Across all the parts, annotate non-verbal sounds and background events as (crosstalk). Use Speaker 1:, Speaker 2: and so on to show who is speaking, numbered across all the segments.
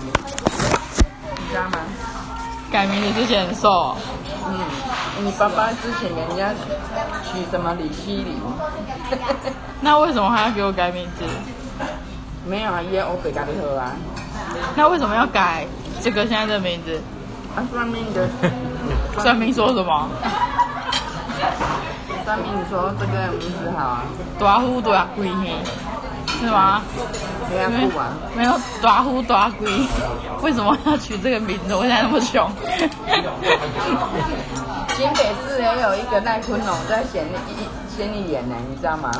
Speaker 1: 你知道吗？
Speaker 2: 改名你之前很瘦，
Speaker 1: 嗯，你爸爸之前人家取什么李希林，
Speaker 2: 那为什么还要给我改名字？
Speaker 1: 没有啊，也欧北咖喱喝啊，
Speaker 2: 那为什么要改这个现在的名字？
Speaker 1: 啊算命 (laughs) 的，
Speaker 2: 算命说什么？
Speaker 1: 算命说这个名字好 (laughs) 啊，
Speaker 2: 大富大贵嘿，是吗？
Speaker 1: 不要
Speaker 2: 没有
Speaker 1: 啊不玩，
Speaker 2: 没有大富大贵，为什么要取这个名字？我现在那么穷，
Speaker 1: 新北市也有一个赖坤龙在嫌一嫌你演呢，你知道吗？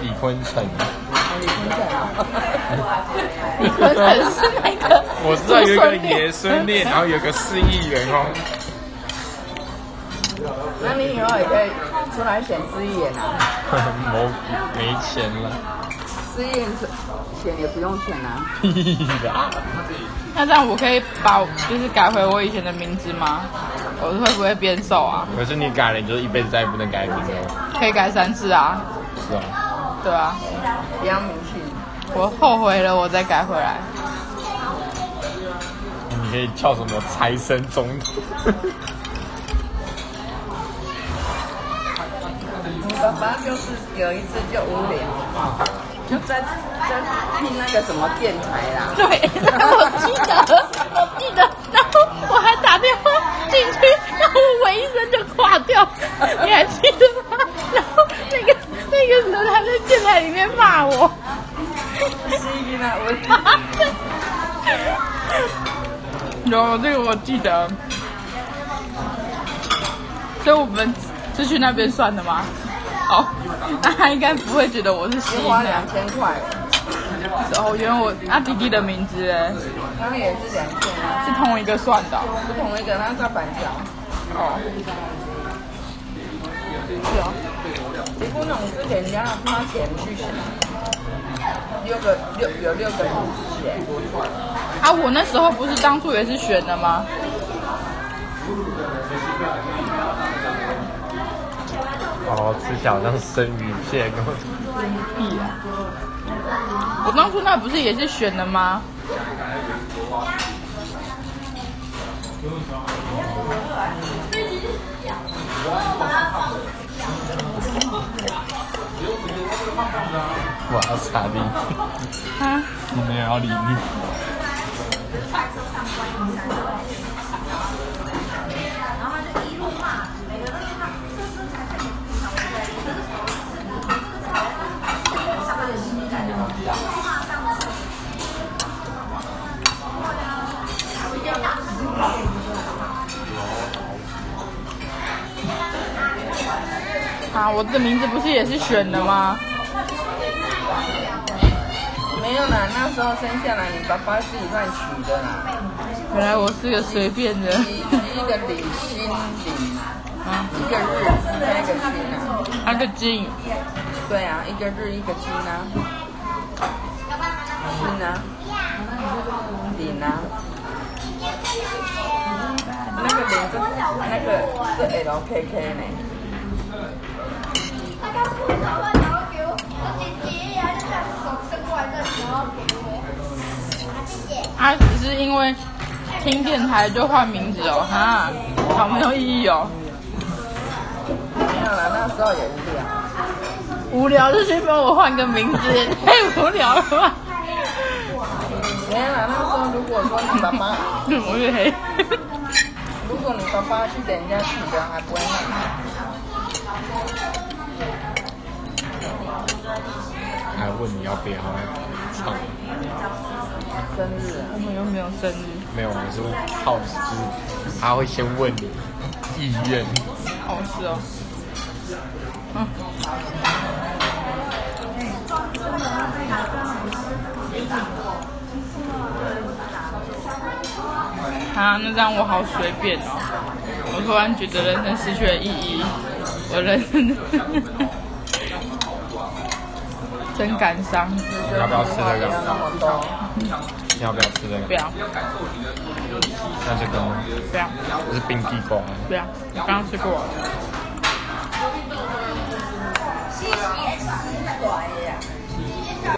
Speaker 3: 李坤城，
Speaker 1: 李坤城啊，
Speaker 2: 你真的是那个？
Speaker 3: (laughs) 我知道有一个爷孙恋，啊然后有个市议员哦，
Speaker 1: (laughs) 那你以后也可以出来选司议员啊，
Speaker 3: 没 (laughs) 没钱了，
Speaker 1: 司议员选也不用选啊，
Speaker 3: 屁啦，
Speaker 2: 那这样我可以把就是改回我以前的名字吗？我会不会变瘦啊？
Speaker 3: (laughs) 可是你改了，你就一辈子再也不能改名了，
Speaker 2: 可以改三次啊，
Speaker 3: 是啊，
Speaker 2: 对啊，
Speaker 1: 不要名气，
Speaker 2: 我后悔了，我再改回来。
Speaker 3: 你可以叫什么财神总统？
Speaker 1: 你爸爸就是有一次就无聊，就在在听那个什么电台啦。
Speaker 2: (laughs) 对，我记得，我记得，然后我还打电话进去，然后我喂一声就挂掉，你还记得吗？然后那个那个人还在电台里面骂我，
Speaker 1: 是啊，我
Speaker 2: 有这个我记得，所以我们是去那边算的吗？哦，那他应该不会觉得我是新
Speaker 1: 花
Speaker 2: 的
Speaker 1: 两千块，
Speaker 2: 哦，原来我阿弟弟的名字哎
Speaker 1: 他也是两千啊，
Speaker 2: 是同一个算的哦
Speaker 1: 不同一个，那叫板桥。
Speaker 2: 哦，
Speaker 1: 是哦，李坤龙是人家花钱去选，六个六有六个名字选，
Speaker 2: 啊，我那时候不是当初也是选的吗？
Speaker 3: 哦，吃小像生鱼片哦，
Speaker 2: 屁啊！我当初那不是也是选的吗？
Speaker 3: 我要傻逼，
Speaker 2: 啊，
Speaker 3: 你没有要理你。
Speaker 2: 啊，我的名字不是也是选的吗？
Speaker 1: 没有啦，那时候生下来你爸爸自己乱取的啦，
Speaker 2: 原来我是个随便的。
Speaker 1: 一一个李心李，
Speaker 2: 啊，
Speaker 1: 一个日加一个金啊，
Speaker 2: 那个金，
Speaker 1: 对啊，一个日一个金啊，金啊，李啊。那个脸是那个是 LKK 呢、
Speaker 2: 啊，只是因为听电台就换名字哦，哈、好没有意义哦。
Speaker 1: 没有啦，那时候也是啊。
Speaker 2: 无聊就去帮我换个名字，也太无聊了 (laughs) 吧？
Speaker 1: 没有啦，那时候如果说你爸爸，
Speaker 2: 怎么会黑？
Speaker 1: 如果你爸爸去给人家取的，还不会骂
Speaker 3: 还问你要不要唱？
Speaker 1: 你生日、啊
Speaker 2: 我。们又没有生日，
Speaker 3: 没有，我是好奇，就是他会先问你意愿。
Speaker 2: 好是哦。嗯，啊，那让我好随便哦！我突然觉得人生失去了意义，我人生真感伤，
Speaker 1: 就是
Speaker 3: 要不要吃那个
Speaker 1: 不要那么多。
Speaker 3: 你要不要吃这个？
Speaker 2: 不要
Speaker 3: 那这个吗
Speaker 2: 不要
Speaker 3: 这是冰啊地瓜。
Speaker 2: 不要，刚刚吃过了。
Speaker 1: 哎呀，